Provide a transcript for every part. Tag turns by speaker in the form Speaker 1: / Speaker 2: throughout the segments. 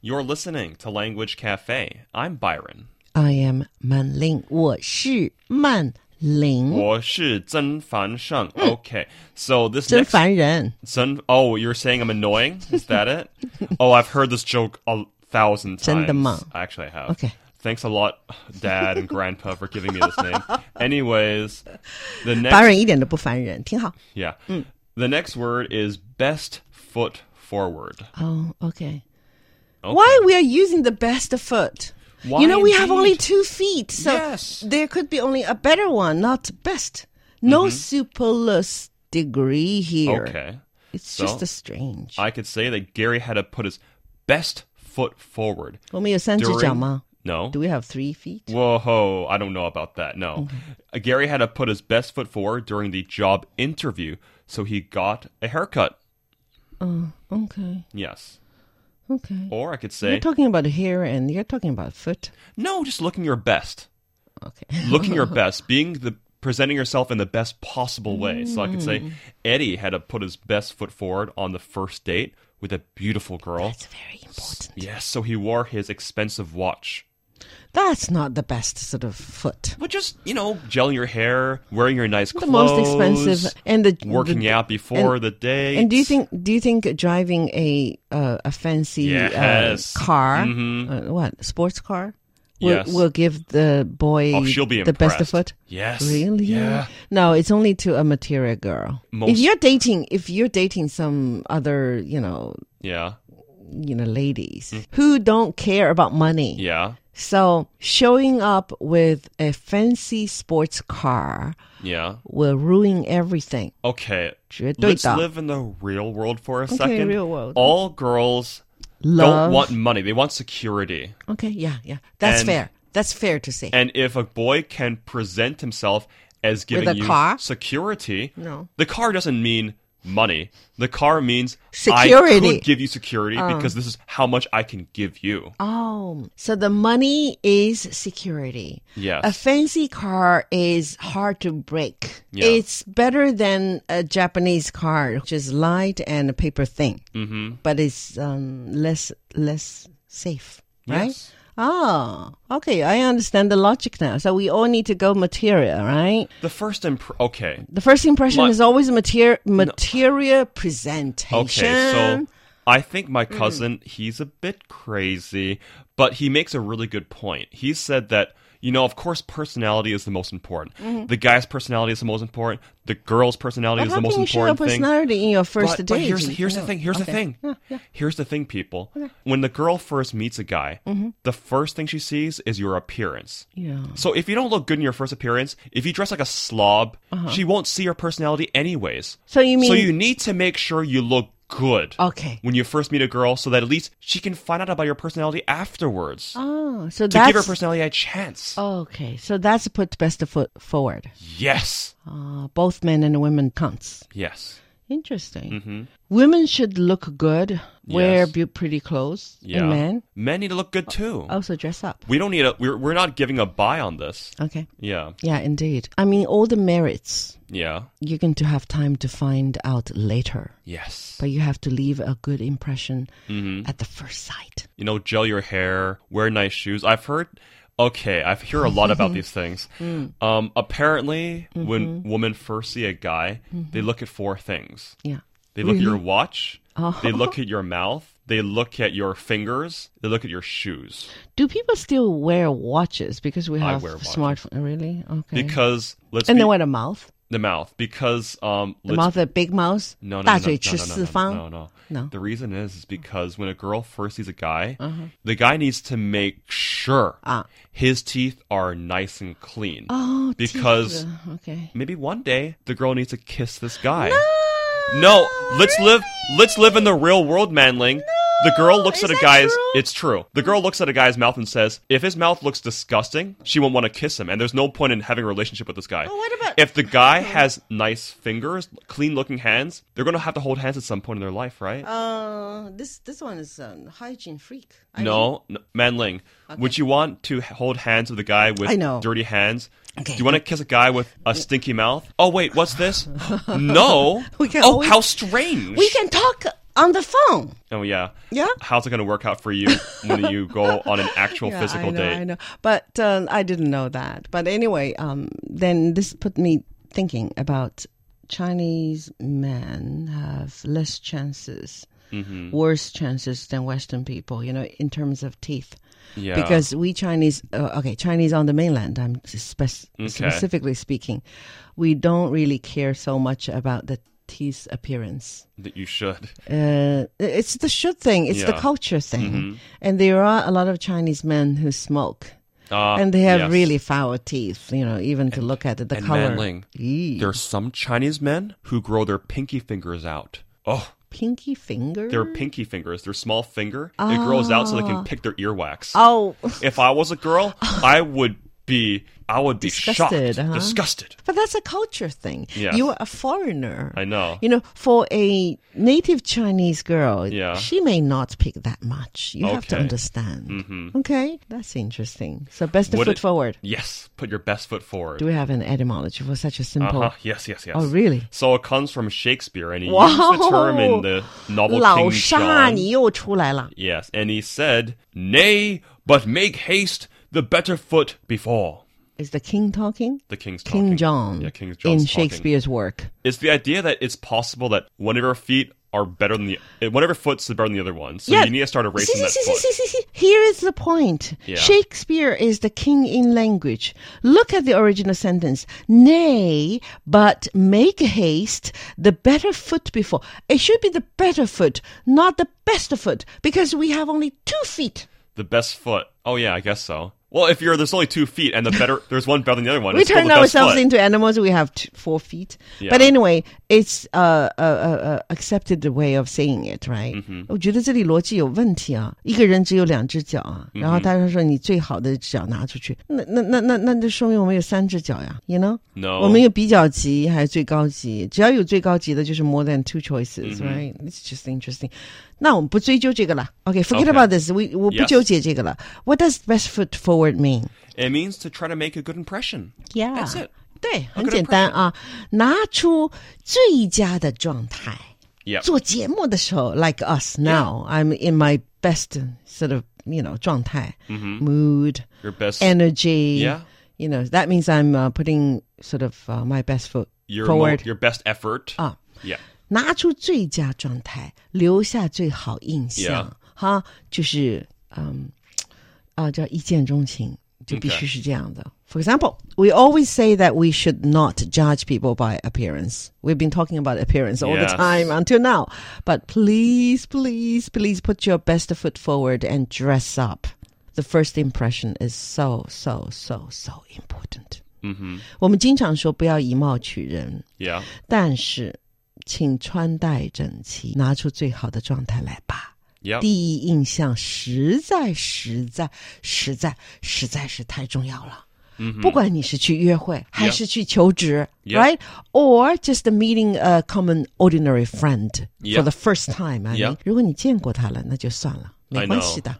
Speaker 1: You're listening to Language Cafe. I'm Byron.
Speaker 2: I am 曼玲，我是
Speaker 1: Oh，
Speaker 2: 曼玲，
Speaker 1: 我是曾凡胜. Okay, so this
Speaker 2: 真
Speaker 1: next
Speaker 2: 烦人。
Speaker 1: Sun. Oh, you're saying I'm annoying? Is that it? oh, I've heard this joke a thousand times.
Speaker 2: 真的吗？
Speaker 1: Actually, I have.
Speaker 2: Okay.
Speaker 1: Thanks a lot, Dad and Grandpa, for giving me this name. Anyways, the next
Speaker 2: 白人一点都不烦人，挺好。
Speaker 1: yeah, the next word is best foot forward.
Speaker 2: 哦、o
Speaker 1: Okay.
Speaker 2: k Why we are using the best foot?
Speaker 1: Why
Speaker 2: you know we have only
Speaker 1: indeed?
Speaker 2: two feet, so
Speaker 1: Yes.
Speaker 2: there could be only a better one, not best. No superless degree here.
Speaker 1: Mm-hmm. Okay,
Speaker 2: It's
Speaker 1: So-
Speaker 2: just a strange.
Speaker 1: I could say that Gary had to put his best foot forward
Speaker 2: 我们有三只
Speaker 1: during.
Speaker 2: 脚吗
Speaker 1: No.
Speaker 2: ？Do we have three feet?
Speaker 1: Whoa, I don't know about that. No. Uh,
Speaker 2: Mm-hmm.
Speaker 1: Gary had to put his best foot forward during the job interview, so he got a haircut.
Speaker 2: Oh, Okay,
Speaker 1: Yes.
Speaker 2: okay.
Speaker 1: Or I could
Speaker 2: You're
Speaker 1: say,
Speaker 2: talking about hair, and you're talking about foot.
Speaker 1: no, just looking your best.
Speaker 2: Okay.
Speaker 1: Looking your best, being the presenting yourself in the best possible way. So I could
Speaker 2: Mm.
Speaker 1: say Eddie had to put his best foot forward on the first date with a beautiful girl.
Speaker 2: It's very important.
Speaker 1: Yes, so he wore his expensive watch.
Speaker 2: That's not the best sort of foot.
Speaker 1: But just, you know, gelling your hair, wearing your nice
Speaker 2: The
Speaker 1: clothes.
Speaker 2: most expensive and the
Speaker 1: Working
Speaker 2: the-
Speaker 1: out before the date.
Speaker 2: And do you think do you think driving a uh, a fancy
Speaker 1: Yes.
Speaker 2: uh, car,
Speaker 1: Mhm.
Speaker 2: uh, what sports car, will,
Speaker 1: Yes.
Speaker 2: will give the boy
Speaker 1: Oh, she'll be
Speaker 2: the best of
Speaker 1: impressed.
Speaker 2: foot?
Speaker 1: Yes.
Speaker 2: Really?
Speaker 1: Yeah.
Speaker 2: No, it's only to a material girl.
Speaker 1: Most-
Speaker 2: If you're dating, if you're dating some other, you know,
Speaker 1: Yeah.
Speaker 2: you know, ladies who don't care about money,
Speaker 1: Mm. Yeah.
Speaker 2: so showing up with a fancy sports car
Speaker 1: Yeah.
Speaker 2: will ruin everything.
Speaker 1: Okay.
Speaker 2: 绝对的。
Speaker 1: Let's live in the real world for a second.
Speaker 2: real world.
Speaker 1: All girls
Speaker 2: Love.
Speaker 1: don't want money. They want security.
Speaker 2: Okay, yeah, yeah. That's
Speaker 1: And-
Speaker 2: fair. That's fair to say.
Speaker 1: And if a boy can present himself as giving
Speaker 2: a
Speaker 1: you
Speaker 2: car?
Speaker 1: security,
Speaker 2: No.
Speaker 1: the car doesn't mean money. The car means I
Speaker 2: Security.
Speaker 1: could give you security because this is how much I can give you.
Speaker 2: Oh, so the money is security.
Speaker 1: Yes.
Speaker 2: A fancy car is hard to break.
Speaker 1: Yeah.
Speaker 2: It's better than a Japanese car, which is light and a paper thin, mm-hmm. but it's um, less less safe, right?
Speaker 1: Yes.
Speaker 2: Oh, okay. I understand the logic now. So we all need to go material, right?
Speaker 1: The first imp okay.
Speaker 2: The first impression
Speaker 1: My-
Speaker 2: is always material material presentation.
Speaker 1: Okay, so I think my
Speaker 2: Mm.
Speaker 1: cousin, he's a bit crazy, but he makes a really good point. He said that, you know, of course, personality is the most important. The guy's personality is the most important. The girl's personality
Speaker 2: Mm-hmm. But
Speaker 1: is
Speaker 2: how
Speaker 1: the most
Speaker 2: can you show a
Speaker 1: important thing.
Speaker 2: personality in your first
Speaker 1: but,
Speaker 2: date? Oh,
Speaker 1: but here's here's the thing. Here's the thing. Here's the thing, people. When the girl first meets a guy,
Speaker 2: Mm-hmm.
Speaker 1: the first thing she sees is your appearance.
Speaker 2: Yeah.
Speaker 1: So if you don't look good in your first appearance, if you dress like a slob,
Speaker 2: Uh-huh.
Speaker 1: she won't see your personality anyways.
Speaker 2: So you mean Oh.
Speaker 1: So you need to make sure you look good.
Speaker 2: okay?
Speaker 1: When you first meet a girl, so that at least she can find out about your personality afterwards.
Speaker 2: Oh, so
Speaker 1: to give her
Speaker 2: that's Oh.
Speaker 1: personality a chance.
Speaker 2: okay. So that's put best foot forward.
Speaker 1: yes.
Speaker 2: Uh, both men and women counts.
Speaker 1: Yes.
Speaker 2: Interesting. Women should look good, wear
Speaker 1: Mm-hmm. Yes.
Speaker 2: be- pretty clothes,
Speaker 1: Yeah.
Speaker 2: and men
Speaker 1: Men need to look good too.
Speaker 2: also dress up.
Speaker 1: We don't need a. We're, we're not giving a buy on this.
Speaker 2: Okay.
Speaker 1: Yeah.
Speaker 2: Yeah, indeed. I mean, all the merits
Speaker 1: Yeah.
Speaker 2: you're going to have time to find out later,
Speaker 1: Yes.
Speaker 2: but you have to leave a good impression
Speaker 1: Mm-hmm.
Speaker 2: at the first sight.
Speaker 1: you know, gel your hair, wear nice shoes. I've heard. Okay, I hear a lot about these things.
Speaker 2: Mm.
Speaker 1: Um, apparently, when
Speaker 2: Mm-hmm.
Speaker 1: women first see a guy, they look at four things.
Speaker 2: Yeah.
Speaker 1: They look at
Speaker 2: Mm-hmm.
Speaker 1: your watch. They look
Speaker 2: Oh.
Speaker 1: at your mouth. They look at your fingers. They look at your shoes.
Speaker 2: Do people still wear watches because we
Speaker 1: I
Speaker 2: have
Speaker 1: wear watches.
Speaker 2: smartphone? Really? Okay.
Speaker 1: Because let's
Speaker 2: and
Speaker 1: be,
Speaker 2: then what a mouth?
Speaker 1: the mouth. Because um,
Speaker 2: The
Speaker 1: let's
Speaker 2: mouth, a big mouth.
Speaker 1: No, no, no, no, no, no, no,
Speaker 2: 大嘴吃四方?
Speaker 1: no, no,
Speaker 2: No. Uh-huh.
Speaker 1: The reason is, is because when a girl first sees a guy, the guy needs to make sure
Speaker 2: Ah.
Speaker 1: his teeth are nice and clean.
Speaker 2: Oh, teeth,
Speaker 1: because
Speaker 2: uh, okay.
Speaker 1: maybe one day the girl needs to kiss this guy. No, let's live. Let's live in the real world, Manling. the girl looks
Speaker 2: is
Speaker 1: at a
Speaker 2: that
Speaker 1: guy's.
Speaker 2: true?
Speaker 1: It's true. The girl looks at a guy's mouth and says, "If his mouth looks disgusting, she won't want to kiss him." And there's no point in having a relationship with this guy.
Speaker 2: But what about-
Speaker 1: if the guy has nice fingers, clean-looking hands? They're gonna have to hold hands at some point in their life, right?
Speaker 2: Uh, this this one is a hygiene freak. I mean,
Speaker 1: no, no, Manling. Would you want to h- hold hands with a guy with
Speaker 2: I know.
Speaker 1: dirty hands?
Speaker 2: Okay.
Speaker 1: Do you want to kiss a guy with a stinky mouth? Oh wait, what's this? no.
Speaker 2: We can
Speaker 1: oh,
Speaker 2: always-
Speaker 1: how strange.
Speaker 2: we can talk on the phone.
Speaker 1: Oh yeah.
Speaker 2: Yeah.
Speaker 1: How's it going to work out for you when you go on an actual
Speaker 2: Yeah,
Speaker 1: physical
Speaker 2: I know, I
Speaker 1: date?
Speaker 2: know, but um, I didn't know that. But anyway, um, then this put me thinking about Chinese men have less chances,
Speaker 1: Mm-hmm.
Speaker 2: worse chances than Western people. You know, in terms of teeth.
Speaker 1: Yeah.
Speaker 2: Because we Chinese, uh, okay, Chinese on the mainland, I'm spe- specifically speaking, we don't really care so much about the teeth appearance
Speaker 1: that you should.
Speaker 2: uh, it's the should thing. It's the
Speaker 1: Yeah. Mm-hmm.
Speaker 2: culture thing. And there are a lot of Chinese men who smoke.
Speaker 1: Uh,
Speaker 2: and they have
Speaker 1: yes.
Speaker 2: really foul teeth, you know, even to look at it, the
Speaker 1: and
Speaker 2: color.
Speaker 1: Manling.
Speaker 2: Eee.
Speaker 1: There's some Chinese men who grow their pinky fingers out. Oh,
Speaker 2: Pinky finger?
Speaker 1: their pinky fingers, their small finger, it grows out so they can
Speaker 2: Ah.
Speaker 1: pick their earwax.
Speaker 2: oh,
Speaker 1: If I was a girl, I would be, I would be
Speaker 2: Ah. Disgusted,
Speaker 1: shocked,
Speaker 2: huh?
Speaker 1: disgusted.
Speaker 2: but that's a culture thing.
Speaker 1: Yes.
Speaker 2: You are a foreigner.
Speaker 1: I know.
Speaker 2: You know, for a native Chinese girl,
Speaker 1: Yeah.
Speaker 2: she may not pick that much. You have to
Speaker 1: Okay.
Speaker 2: understand. Okay, that's interesting. So, best of
Speaker 1: Would
Speaker 2: foot
Speaker 1: it-
Speaker 2: forward.
Speaker 1: Yes, put your best foot forward.
Speaker 2: Do we have an etymology for such a simple?
Speaker 1: uh-huh. Yes, yes, yes.
Speaker 2: Oh, really?
Speaker 1: So it comes from Shakespeare, and he
Speaker 2: Wow.
Speaker 1: used the term in the novel King John.
Speaker 2: 老沙，你又出来了。
Speaker 1: Yes, and he said, "Nay, but make haste, the better foot before."
Speaker 2: Is the king talking?
Speaker 1: The king's talking.
Speaker 2: King John.
Speaker 1: Yeah, King John's talking.
Speaker 2: in Shakespeare's work.
Speaker 1: It's the idea that it's possible that one of your feet are better than the one of your foot's better than the other one. So
Speaker 2: Yeah.
Speaker 1: you need to start erasing
Speaker 2: See,
Speaker 1: that
Speaker 2: see, see,
Speaker 1: foot.
Speaker 2: see, see, see. Here is the point.
Speaker 1: Yeah.
Speaker 2: Shakespeare is the king in language. Look at the original sentence. Nay, but make haste, the better foot before. It should be the better foot, not the best foot, because we have only two feet.
Speaker 1: The best foot. Oh yeah, I guess so. Well, if you're there's only two feet and the better there's one better than the other one.
Speaker 2: we
Speaker 1: it's still
Speaker 2: turn
Speaker 1: the best
Speaker 2: ourselves
Speaker 1: foot.
Speaker 2: into animals. We have t- four feet. But anyway, it's uh, uh, uh, uh, accepted way of saying it, right?
Speaker 1: Mm-hmm. Mm-hmm.
Speaker 2: Oh, 我觉得这里逻辑有问题啊！一个人只有两只脚啊，然后他说你最好的脚拿出去，那那那那那就说明我们有三只脚呀，you know？
Speaker 1: No.
Speaker 2: 我们有比较级，还有最高级，只要有最高级的就是 more than two choices,
Speaker 1: Mm-hmm.
Speaker 2: right? It's just interesting. 那我们不追究这个了。Okay, forget
Speaker 1: Okay.
Speaker 2: about this. We
Speaker 1: Yes.
Speaker 2: 我不纠结这个了。What does best foot forward mean?
Speaker 1: It means to try to make a good impression.
Speaker 2: Yeah.
Speaker 1: That's it.
Speaker 2: 对，很
Speaker 1: good
Speaker 2: 简单啊，拿出最佳的状态。
Speaker 1: Yep.
Speaker 2: 做节目的时候，like us now, I'm in my best sort of you know 状态、mood,
Speaker 1: Your best
Speaker 2: energy.
Speaker 1: Mm-hmm。 Yeah.
Speaker 2: You know that means I'm、uh, putting sort of、uh, my best foot
Speaker 1: your mo-
Speaker 2: forward.
Speaker 1: your best effort.
Speaker 2: Ah.
Speaker 1: Yeah.
Speaker 2: 拿出最佳状态，留下最好印象
Speaker 1: Yeah.
Speaker 2: 哈，就是嗯啊、叫一见钟情，就必须是这样的。For example, we always say that we should not judge people by appearance. We've been talking about appearance all the
Speaker 1: Yes.
Speaker 2: time until now. But please, please, please put your best foot forward and dress up. The first impression is so, so, so, so important.
Speaker 1: Mm-hmm.
Speaker 2: 我们经常说不要以貌取人，
Speaker 1: Yeah.
Speaker 2: 但是，请穿戴整齐，拿出最好的状态来吧。
Speaker 1: Yeah.
Speaker 2: 第一印象实在、实在、实在、实在是太重要了。不管你是去约会还是去求职
Speaker 1: 嗯 Yeah.
Speaker 2: right？Or just meeting a common ordinary friend for
Speaker 1: Yeah.
Speaker 2: the first time. I
Speaker 1: Yeah.
Speaker 2: mean, 如果你见过他了，那就算了，没
Speaker 1: I
Speaker 2: 关系的。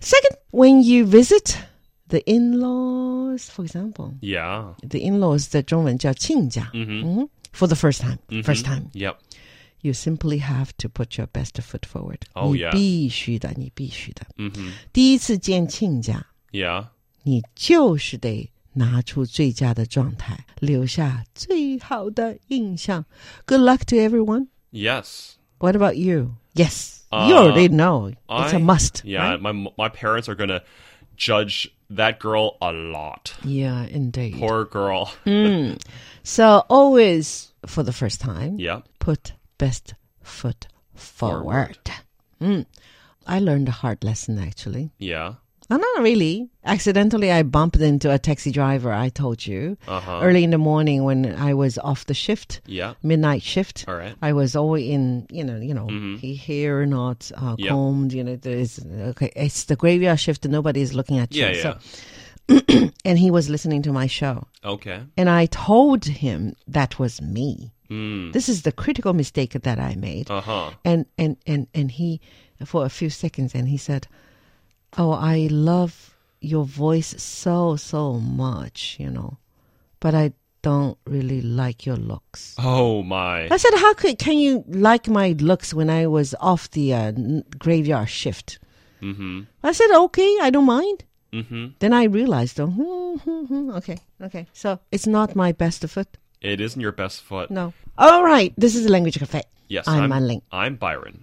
Speaker 2: Second, when you visit the in-laws, for example,
Speaker 1: Yeah.
Speaker 2: the in-laws 在中文叫亲家，
Speaker 1: Mm-hmm.
Speaker 2: 嗯哼 mm-hmm, for the first time, first time,
Speaker 1: Yep.
Speaker 2: you simply have to put your best foot forward.
Speaker 1: Oh,
Speaker 2: 你
Speaker 1: yeah. Mm-hmm.
Speaker 2: 必须的，你必须的。嗯哼，第一次见亲家，
Speaker 1: Yeah.
Speaker 2: 你就是得拿出最佳的状态，留下最好的印象。Good luck to everyone.
Speaker 1: Yes.
Speaker 2: What about you? Yes,
Speaker 1: Uh,
Speaker 2: you already know it's a
Speaker 1: I-
Speaker 2: must.
Speaker 1: Yeah,
Speaker 2: right?
Speaker 1: my my parents are gonna judge that girl a lot.
Speaker 2: yeah, indeed.
Speaker 1: Poor girl.
Speaker 2: Mm. So always for the first time.
Speaker 1: Yeah.
Speaker 2: put best foot forward. Mm. I learned a hard lesson actually.
Speaker 1: Yeah.
Speaker 2: No, not really. Accidentally, I bumped into a taxi driver. I told you
Speaker 1: Uh-huh.
Speaker 2: early in the morning when I was off the shift,
Speaker 1: Yeah.
Speaker 2: midnight shift.
Speaker 1: All right. Mm-hmm.
Speaker 2: I was always in, you know, you know, he hair not uh,
Speaker 1: Yeah.
Speaker 2: combed. You know, there is okay. It's the graveyard shift. Nobody is looking at you.
Speaker 1: Yeah, yeah.
Speaker 2: So, and he was listening to my show.
Speaker 1: Okay.
Speaker 2: And I told him that was me.
Speaker 1: Hmm.
Speaker 2: This is the critical mistake that I made.
Speaker 1: Uh huh.
Speaker 2: And, and, and, and he, for a few seconds, and he said, Oh, I love your voice so, so much, you know, but I don't really like your looks.
Speaker 1: Oh my.
Speaker 2: I said, how could can you like my looks when I was off the uh, n- graveyard shift?
Speaker 1: Mhm.
Speaker 2: I said, okay, I don't mind.
Speaker 1: Mhm.
Speaker 2: Then I realized, oh, hmm, hmm, hmm, okay, okay. So it's not my best foot.
Speaker 1: It isn't your best foot.
Speaker 2: No. All right. This is the language cafe.
Speaker 1: Yes,
Speaker 2: I'm, Manling.
Speaker 1: I'm Byron.